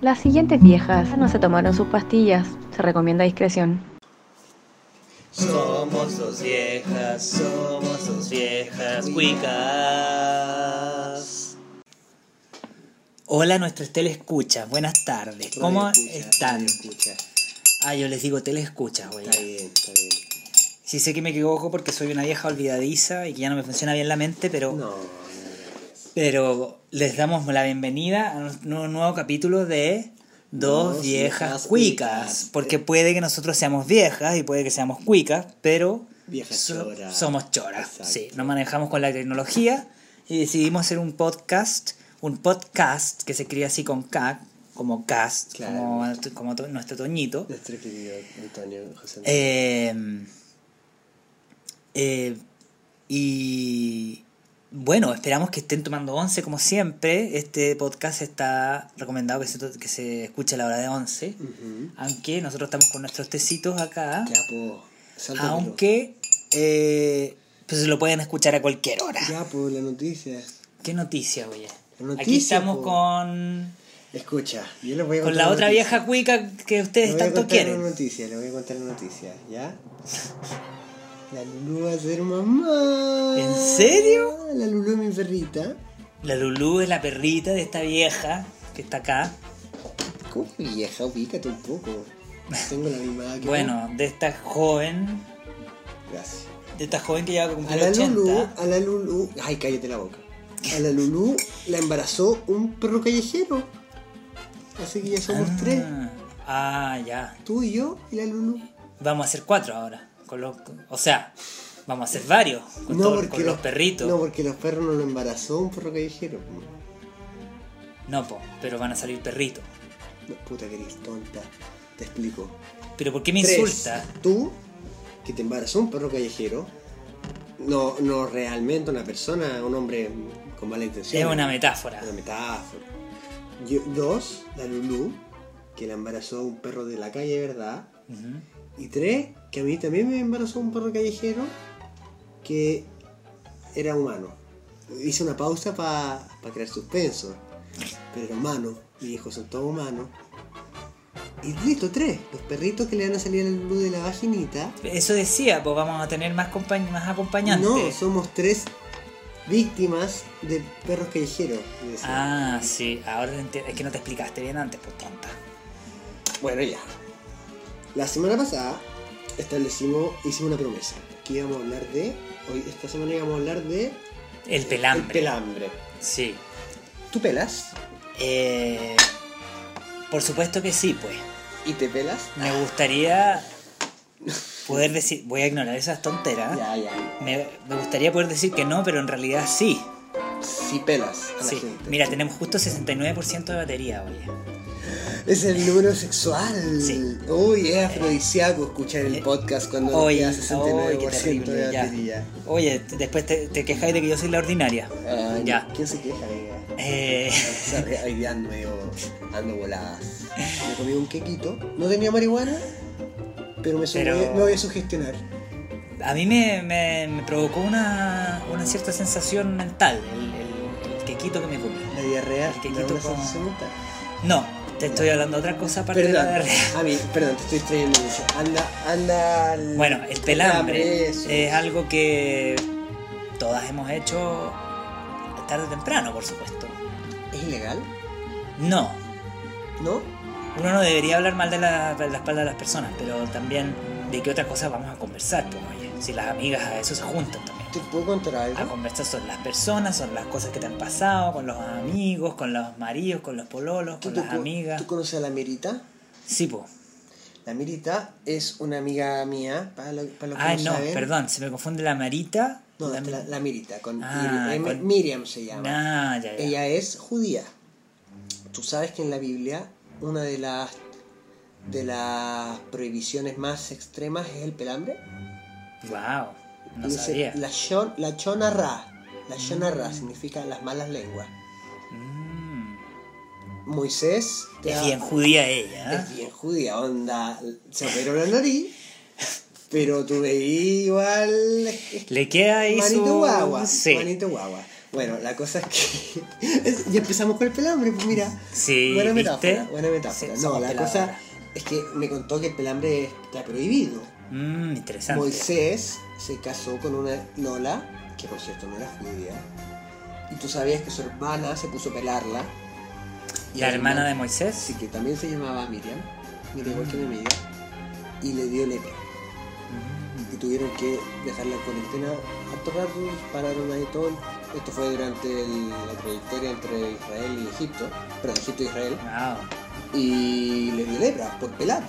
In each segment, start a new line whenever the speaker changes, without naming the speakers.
Las siguientes viejas no se tomaron sus pastillas. Se recomienda discreción.
Somos dos viejas, somos dos viejas cuicas.
Hola, nuestros telescuchas. Buenas tardes. ¿Cómo están?
Escucha.
Ah, yo les digo telescuchas, güey.
Está bien, está bien.
Sí sé que me equivoco porque soy una vieja olvidadiza y que ya no me funciona bien la mente, pero,
No, no,
pero les damos la bienvenida a un nuevo- nuevo capítulo de Dos,
Dos
viejas,
viejas
cuicas.
cuicas.
Porque puede que nosotros seamos viejas y puede que seamos cuicas, pero
Viejas choras.
somos choras.
Exacto.
Sí, nos manejamos con la tecnología y decidimos hacer un podcast, un podcast que se escribe así con K, como cast,
Claro.
como, como to- nuestro toñito.
nuestro querido Antonio José. Manuel.
Eh, eh, y bueno, esperamos que estén tomando once como siempre. Este podcast está recomendado que se, to- que se escuche a la hora de once.
Ujú.
Aunque nosotros estamos con nuestros tecitos acá.
Ya, po. Sáltatelo.
aunque eh, pues se lo pueden escuchar a cualquier hora.
Ya, po, la noticia.
¿Qué noticia, oye?
La noticia,
Aquí estamos
po.
con,
Escucha, yo les voy a
con
contar
la
una
otra
noticia.
vieja cuica que
Les
ustedes
voy a
tanto
contar
quieren.
Una noticia, les voy a contar una noticia, ¿ya? La Lulu va a ser mamá.
¿En serio?
La Lulu es mi perrita.
La Lulú es la perrita de esta vieja que está acá.
¿Cómo que vieja? Ubícate un poco. Tengo la misma edad que
Bueno, de esta joven,
tú. Gracias.
de esta joven que ya va a
A
cumplir
la
80.
Lulu, a la Lulu. Ay, cállate la boca. A la Lulu la embarazó un perro callejero. Así que ya somos
ah,
tres.
Ah, ya.
Tú y yo y la Lulu.
Vamos a hacer cuatro ahora. con los- o sea, vamos a hacer varios con, todo- con los perritos.
No,
No,
porque los perros no lo embarazó un perro callejero.
po, pero van a salir perritos.
No, puta que eres tonta. Te explico.
Pero ¿por qué me
Tres,
insulta?
Tú, que te embarazó un perro callejero. No, no realmente una persona, un hombre con mala intención.
Es una metáfora.
Una metáfora. Yo- dos, la Lulu, que la embarazó un perro de la calle, ¿verdad?
Ujú.
Y tres, que a mí también me embarazó un perro callejero que era humano. Hice una pausa para crear suspenso. Pero era humano, mis hijos son todos humanos. Y listo, tres. Los perritos que le van a salir a la luz de la vaginita.
Eso decía, pues vamos a tener más, compañ- más acompañantes.
No, somos tres víctimas de perros callejeros. me decía.
ah, sí, ahora te entiendo. Es que no te explicaste bien antes, pues tonta.
Bueno, ya. La semana pasada establecimos, hicimos una promesa. Que íbamos a hablar de. Hoy, esta semana íbamos a hablar de.
El pelambre.
El pelambre.
Sí.
Tú pelas
Eh, por supuesto que sí, pues.
y te pelas.
Me gustaría poder decir. Voy a ignorar esas tonteras.
Ya, ya.
Me, me gustaría poder decir que no, pero en realidad sí.
Si pelas a la
Sí.
gente.
Mira, tenemos justo 69% de batería, oye.
Es el número sexual.
Sí.
Uy, es afrodisíaco escuchar el
Eh,
podcast cuando
oye,
queda 69%
oye, qué terrible,
de
ya.
batería.
Oye, t- después te, te quejáis de que yo soy la ordinaria.
Ay,
Ya.
¿Quién se queja, amiga?
Eh,
Sorry, Hoy día ando medio. ando voladas. Me comí un quequito. No tenía marihuana, pero me,
Pero-
me voy a sugestionar.
a mí me, me- me provocó una, una cierta sensación mental el, el- el quequito que me comí.
La diarrea.
El quequito
me da una
con-
sensación mental.
No, te estoy hablando de otra cosa aparte de la
Perdón,
diarrea.
a mí, perdón, te estoy trayendo mucho. Anda, anda. al-
Bueno, el pelambre
eso.
es algo que todas hemos hecho tarde o temprano, por supuesto.
¿Es ilegal?
No,
¿No?
uno no debería hablar mal de la, de la espalda de las personas, pero también de qué otra cosa vamos a conversar, pues oye, si las amigas a eso se juntan también.
¿Te puedo contar
A
algo?
conversar son las personas, son las cosas que te han pasado, con los amigos, con los maridos, con los pololos,
¿Tú,
con
te
las
co-
amigas.
¿Tú conoces a la Mirita?
Sí, po.
La Mirita es una amiga mía, para lo, para los que
Ay, no,
saben.
perdón, se me confunde la marita.
No,
la-
la, la Mirita, con,
Ah,
Miri-
con-
Miriam se llama.
Ah, ya, ya.
Ella es judía. Tú sabes que en la Biblia una de las de las prohibiciones más extremas es el pelambre.
Wow, no
Dice,
sabía.
La, shon, la chona ra. La chona ra significa las malas lenguas.
Mm.
Moisés te
Es
ha-
bien judía ella. ¿eh?
Es bien judía, onda. Se operó la nariz, pero tú veí igual.
Le queda ahí
Manito
su...
guagua.
Sí.
Manito guagua. Bueno, la cosa es que. es- ya empezamos con el pelambre, pues mira.
Sí,
buena
¿viste?
metáfora, buena metáfora.
Sí,
no,
somos
la
peladora.
cosa es que me contó que el pelambre está prohibido.
Mm, interesante.
Moisés se casó con una Lola, que por cierto no era judía. Y tú sabías que su hermana se puso a pelarla. Y
La hermana de Mm.
Sí,
Moisés.
que también se llamaba Miriam. Miriam, igual que mi amiga. Y le dio lepra. y tuvieron que dejarla en cuarentena harto rato, pararon ahí todo. Esto fue durante el- la trayectoria entre Israel y Egipto, perdón, Egipto e
Mm,
Israel,
Wow.
y le dio lepra por pelar.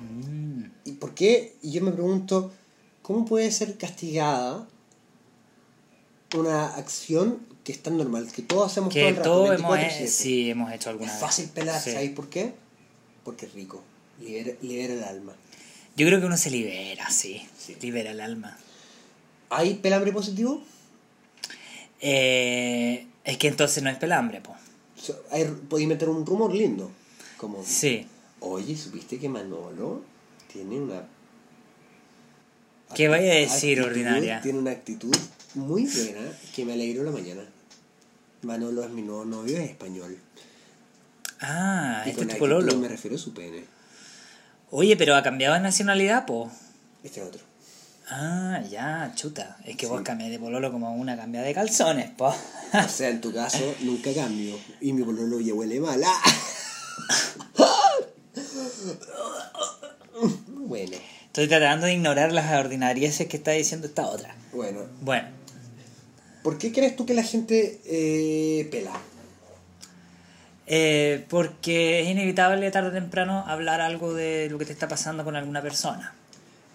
Mm.
¿Y por qué? Y yo me pregunto, ¿cómo puede ser castigada una acción que es tan normal, que todos hacemos todo
Que
el rato,
todos hemos, eh,
24/7?
sí, hemos hecho alguna
Es
vez.
fácil pelar,
Sí.
¿sabéis por qué? Porque es rico, libera, libera el alma.
Yo creo que uno se libera, sí.
Sí.
Libera el alma.
¿Hay pelambre positivo?
Eh, es que entonces no es pelambre, po.
So- hay- Podéis meter un rumor lindo, como...
Sí.
Oye, ¿supiste que Manolo tiene una...
¿Qué vaya a
actitud-
decir, ordinaria?
Tiene una actitud muy buena que me alegró la mañana. Manolo es mi nuevo novio, es español.
Ah,
Y
este
con
es tu
actitud
pololo.
me refiero a su pene.
Oye, pero ha cambiado de nacionalidad, po.
Este es otro.
Ah, ya, chuta. Es que vos
Sí.
cambiás de pololo como una cambia de calzones, po.
O sea, en tu caso, nunca cambio. Y mi pololo ya huele mal. ¡Ah! Bueno,
Estoy tratando de ignorar las ordinarieces que está diciendo esta otra.
bueno.
Bueno,
¿Por qué crees tú que la gente eh, pela?
eh, porque es inevitable tarde o temprano hablar algo de lo que te está pasando con alguna persona.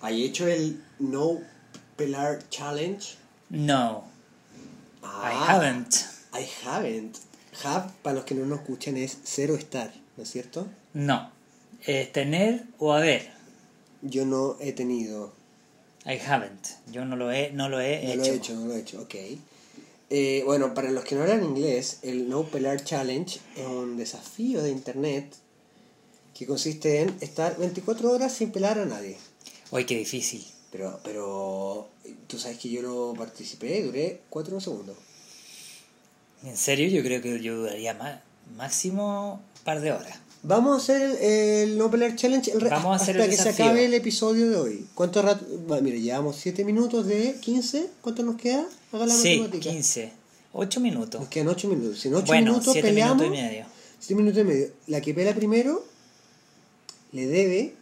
¿Hay hecho el No Pelar Challenge?
No, I
Ah,
haven't.
I haven't. Have, para los que no nos escuchan, es cero estar, ¿no es cierto?
No. Es tener o haber.
Yo no he tenido.
I haven't. Yo no lo he, no lo he
No
hecho.
lo he hecho, no lo he hecho, ok. Eh, bueno, para los que no hablan inglés, el No Pelar Challenge es un desafío de internet que consiste en estar 24 horas sin pelar a nadie.
Uy, qué difícil.
Pero, pero, tú sabes que yo no participé, duré 4 segundos.
En serio, yo creo que yo duraría ma- máximo un par de horas.
Vamos a hacer el, el No Pelar Challenge el re-
Vamos a hacer
hasta
el
que se
desafío.
acabe el episodio de hoy. ¿Cuánto rato? va, mire, llevamos 7 minutos de 15. ¿Cuánto nos queda? Haga la
Sí,
matemática.
15. 8 minutos.
Nos quedan 8 minutos. Si en 8
bueno,
minutos
7
peleamos.
minutos y medio.
7 minutos y medio. La que pela primero le debe.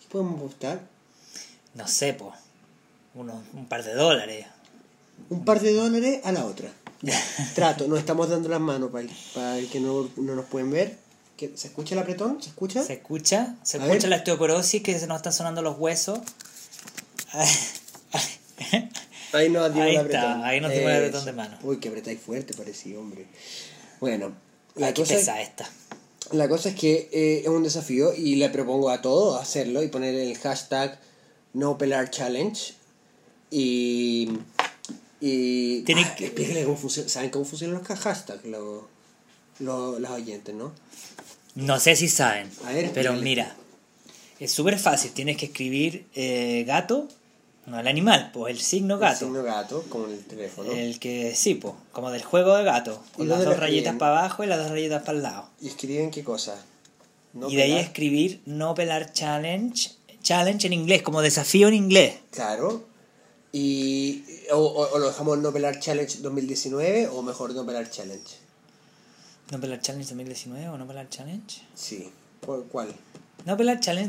¿Qué podemos apostar?
No sé, po. Unos, un par de dólares.
Un par de dólares a la otra. Ya, Trato, nos estamos dando las manos para el, para el que no, no nos pueden ver. ¿Que- ¿Se escucha el apretón? ¿Se escucha?
¿Se escucha? ¿Se
A
escucha
ver.
la osteoporosis que se nos están sonando los huesos?
Ahí nos dimos
Ahí
el
está,
apretón.
ahí nos dimos el
Eso.
apretón de mano.
Uy, que apretáis fuerte, parecía, hombre. Bueno,
La
la cosa,
pesa esta.
la cosa es que eh, es un desafío y le propongo a todos hacerlo y poner el hashtag NoPelarChallenge. Y. y
Tiene
Ah,
que-
explíquenle cómo funcionan. ¿Saben cómo funcionan los ca- hashtags, los, los, los oyentes, no?
No sé si saben,
A ver,
pero
dale.
mira, es súper fácil. Tienes que escribir eh, gato, no el animal, pues el signo
El
gato. Eh.
signo gato, como en el teléfono.
El que sí, po, como del juego de gato, con
¿Y
las
dónde
dos
lo
rayitas
escriben?
para abajo y las dos rayitas para el lado.
Y escriben qué cosa. No
y de ahí
pelar-
escribir no pelar challenge, challenge en inglés, como desafío en inglés.
Claro. Y, o, o- o lo dejamos No Pelar Challenge 2019 o mejor No Pelar Challenge.
No pelar challenge 2019 o no pelar challenge.
Sí. ¿Cu- ¿Cuál?
No pelar challenge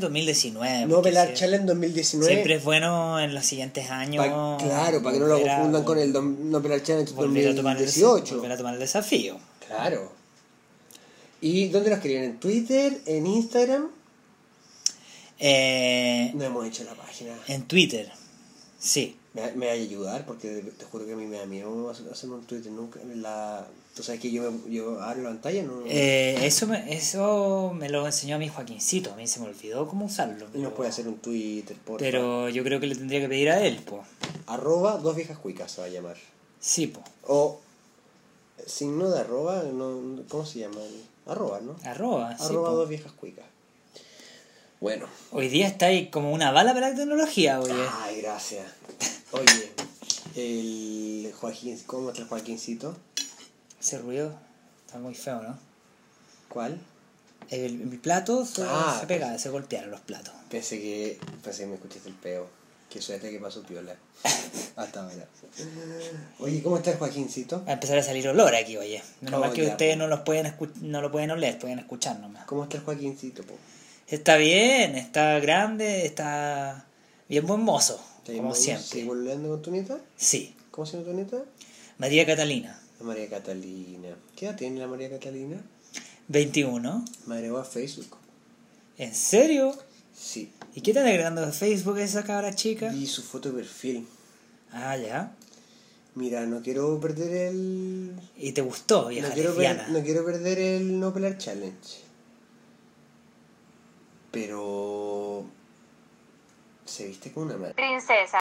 No
2019. Eh, porque
Pelar
sie-
Challenge 2019.
Siempre es bueno en los siguientes años.
pa- claro, para que no lo
volver a-
confundan con el dom- No Pelar Challenge
volver a tomar el-
2018.
volver a tomar el desafío.
Claro. ¿Y dónde lo escriben? ¿En Twitter? ¿En Instagram?
Eh,
No hemos hecho la página.
en Twitter, sí.
Me, me hay a ayudar porque te juro que a mí me da miedo hacer un Twitter. Nunca, la, tú sabes que yo, me- yo abro la pantalla. No,
Eh, eso, me, eso me lo enseñó a mi Joaquincito, a mí se me olvidó cómo usarlo.
y nos
pero-
puede hacer un Twitter, por
Pero yo creo que le tendría que pedir a él, po.
Arroba dos viejas cuicas se va a llamar.
Sí, po.
O signo de arroba, no, ¿cómo se llama? Arroba, ¿no?
Arroba, Ah, sí,
arroba
po.
dos viejas cuicas. Bueno.
Hoy día está ahí como una bala para la tecnología, oye.
Ay, gracias. Oye, El Joaquín, ¿cómo está el Joaquincito?
Ese ruido está muy feo, ¿no?
¿Cuál?
El, mi plato se,
Ah,
se pegaba, se golpearon los platos.
Pensé que, pensé que me escuchaste el peo. Qué suerte que pasó piola. Hasta ahora. Oye, ¿cómo está el Joaquincito?
Va a empezar a salir olor aquí, oye. Menos
Oh,
mal que
ya,
ustedes
pues.
no, los pueden escu- no lo pueden oler, pueden escuchar nomás.
¿Cómo está el Joaquincito, po?
Está bien, está grande, está bien buen mozo,
¿Te
como
llamamos? ¿Sigues
siempre.
volviendo con tu nieta?
Sí,
¿Cómo se llama tu nieta?
María Catalina,
La María Catalina. ¿Qué edad tiene la María Catalina?
21.
Me agregó a Facebook.
¿En serio?
Sí.
¿Y qué están agregando de Facebook esa cabra chica?
Y su foto de perfil.
Ah, ya.
Mira, no quiero perder el.
¿Y te gustó, vieja
No quiero, per-
lesbiana?
no quiero perder el No Pelar Challenge. Pero. Se viste como una madre.
Princesa.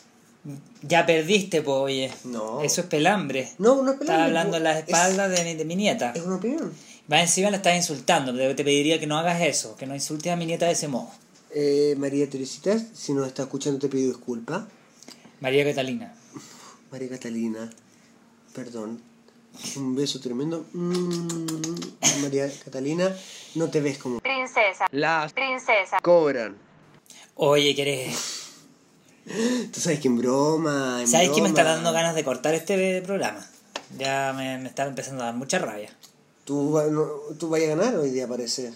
Ya perdiste, po, oye.
No.
Eso es pelambre.
No, no es pelar.
Estás hablando en las
es-
espaldas de, mi, de mi nieta.
Es, una opinión.
Más encima la estás insultando. Te, te pediría que no hagas eso, que no insultes a mi nieta de ese modo.
Eh, María Teresita, si nos está escuchando, te pido disculpa.
María Catalina.
María Catalina, perdón. Un beso tremendo. Mm, María Catalina, no te ves como.
Princesa.
Las
Princesa.
cobran.
Oye, ¿quieres...?
Tú sabes que en broma. En
¿Sabes que me está
broma.
dando ganas de cortar este programa? Ya me, me está empezando a dar mucha rabia.
Tú, va- no- tú vayas a ganar hoy día, parece.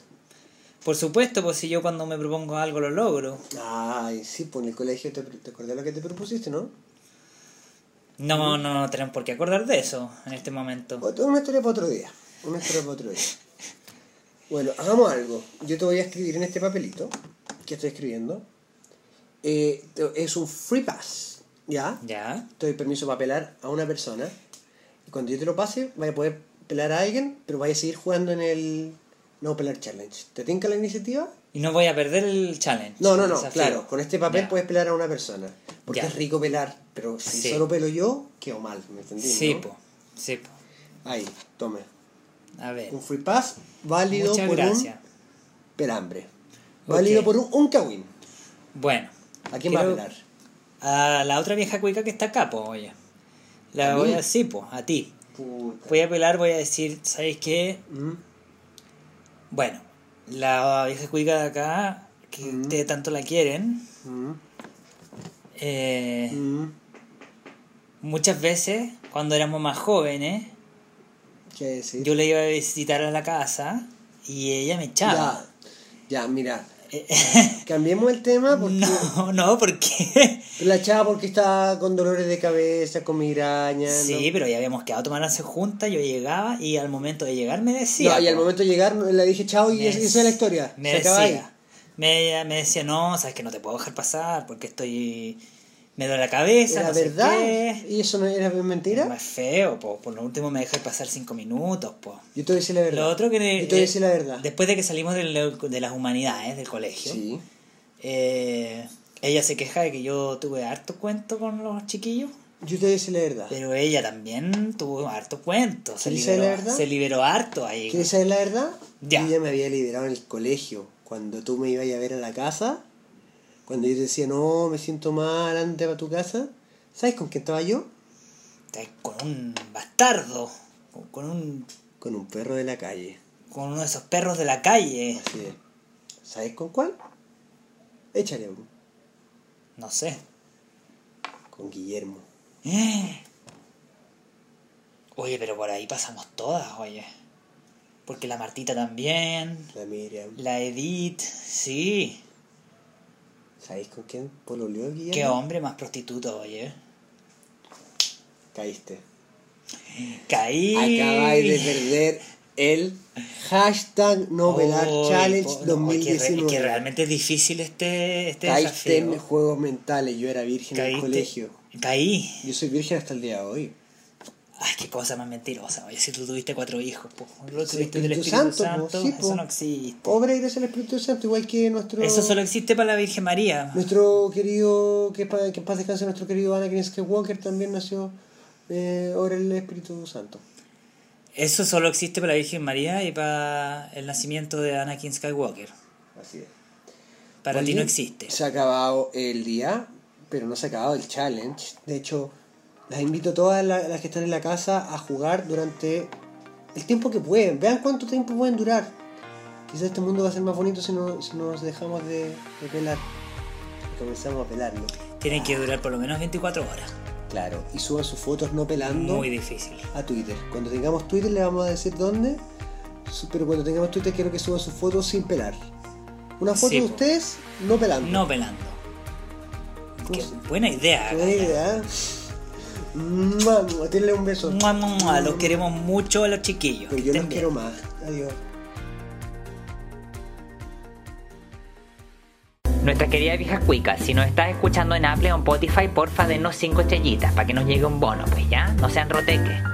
Por supuesto, pues si yo cuando me propongo algo lo logro.
Ay, sí, pues en el colegio te, te acordás lo que te propusiste, ¿no?
No, no, no tenemos por qué acordar de eso en este momento.
Ot- Una historia para otro día. Una historia para otro día. Bueno, hagamos algo. Yo te voy a escribir en este papelito que estoy escribiendo. Eh, te- es un free pass, ¿ya?
¿Ya?
Te doy permiso para pelar a una persona. Y cuando yo te lo pase, vaya a poder pelar a alguien, pero vaya a seguir jugando en el No Pelar Challenge. ¿Te tinca la iniciativa?
Y no voy a perder el challenge.
No, no,
el
no,
desafío.
claro. Con este papel
Ya.
puedes pelar a una persona. Porque
Ya.
es rico pelar, pero si
Sí.
solo pelo yo, quedo mal, ¿me entendí?
Sí,
no?
po. Sí, po.
Ahí, tome.
A ver.
Un free pass válido
Muchas
por
gracias.
un pelambre.
Ok.
Válido por un, un cagüín.
Bueno.
¿A quién va
Quiero-
a pelar?
A la otra vieja cuica que está acá, po, oye. La
¿A
voy
mí?
a... Sí, po, a ti.
Puta.
Voy a pelar, voy a decir, ¿sabéis qué?
Mm,
Bueno, la vieja cuica de acá, que
Mm.
ustedes tanto la quieren,
mm,
eh,
mm.
muchas veces, cuando éramos más jóvenes,
¿Qué decir?
yo le iba a visitar a la casa y ella me echaba.
Ya, ya, mira. eh, Cambiemos el tema porque
No, no, porque...
la chava porque está con dolores de cabeza, con migraña.
Sí, pero ya habíamos quedado a tomarse juntas, yo llegaba y al momento de llegar me
no.
decía...
No, y al
po.
momento de llegar le dije chao y
Me
esa
dec-
esa es la historia.
Me
Se acaba ahí.
decía, me, ella me decía, no, sabes que no te puedo dejar pasar porque estoy. Me duele la cabeza,
¿Era
no sé
verdad?
qué.
¿Y eso no era
Es
mentira?
más feo, po. por lo último me dejas pasar cinco minutos. Po.
Yo te voy a decir la verdad.
Lo otro que. eh,
Yo te voy a decir la verdad.
Después de que salimos del- de las humanidades, del colegio,
Sí.
eh, ella se queja de que yo tuve harto cuento con los chiquillos.
Yo te voy a decir la verdad.
Pero ella también tuvo harto cuento. Se
¿Quieres Ah. saber
liberó,
la verdad?
se liberó harto ahí.
¿Quieres saber la verdad?
Ya.
Yo ya me había liberado en el colegio. Cuando tú me ibas a ver a la casa, cuando yo te decía, no, me siento mal, anda para tu casa, ¿sabes con quién estaba yo?
Con un bastardo. con- Con un
Con un perro de la calle.
con uno de esos perros de la calle.
Así es. ¿Sabes con cuál? Échale uno.
No sé.
Con Guillermo.
Eh. Oye, pero por ahí pasamos todas, oye. Porque la Martita también.
La Miriam.
La Edith, sí.
¿Sabes con quién? Pololeó Guillermo.
Qué hombre más prostituto, oye.
Caíste.
Caí.
Acabáis de perder el hashtag Novelar
Oy,
Challenge
po- no, es que re- es
2019.
que realmente es difícil este, este
Caíste en
desafío.
juegos mentales, yo era virgen en el
Caíste-
colegio.
Caí.
Yo soy virgen hasta el día de hoy.
Ay, qué cosa más mentirosa, oye. Si tú tuviste cuatro hijos, po. Lo
Sí,
tuviste del
Espíritu
Espíritu
Santo,
Santo,
po, sí, po.
eso no existe.
Obra y gracias al Espíritu Santo, igual que nuestro
Eso solo existe para la Virgen María.
nuestro querido, que, pa- que en paz descanse nuestro querido Anakin Skywalker también nació eh, obra del Espíritu Santo.
Eso solo existe para la Virgen María y para el nacimiento de Anakin Skywalker.
Así es.
Para ti
Oye,
no existe.
Se ha acabado el día, pero no se ha acabado el challenge. De hecho, Las invito a todas la- las que están en la casa a jugar durante el tiempo que pueden. Vean cuánto tiempo pueden durar. Quizás este mundo va a ser más bonito si, no, si nos dejamos de, de pelar. Comenzamos a pelarlo.
Tienen que durar por lo menos 24 horas.
Claro. Y suban sus fotos no pelando
Muy difícil.
a Twitter. Cuando tengamos Twitter le vamos a decir dónde. su- Pero cuando tengamos Twitter quiero que suban sus fotos sin pelar. Una foto
Sí,
de
po.
ustedes no pelando.
No pelando. Qué
Cosa.
buena idea.
Buena idea. Mua, mua, Tírenle un beso.
Mua, mua, mua. Los queremos mucho a los chiquillos.
Pero
que
Pues yo los
estén bien.
quiero más. Adiós.
Nuestra querida vieja cuica, si nos estás escuchando en Apple o en Spotify, porfa denos 5 estrellitas para que nos llegue un bono, pues ya, no sean roteques.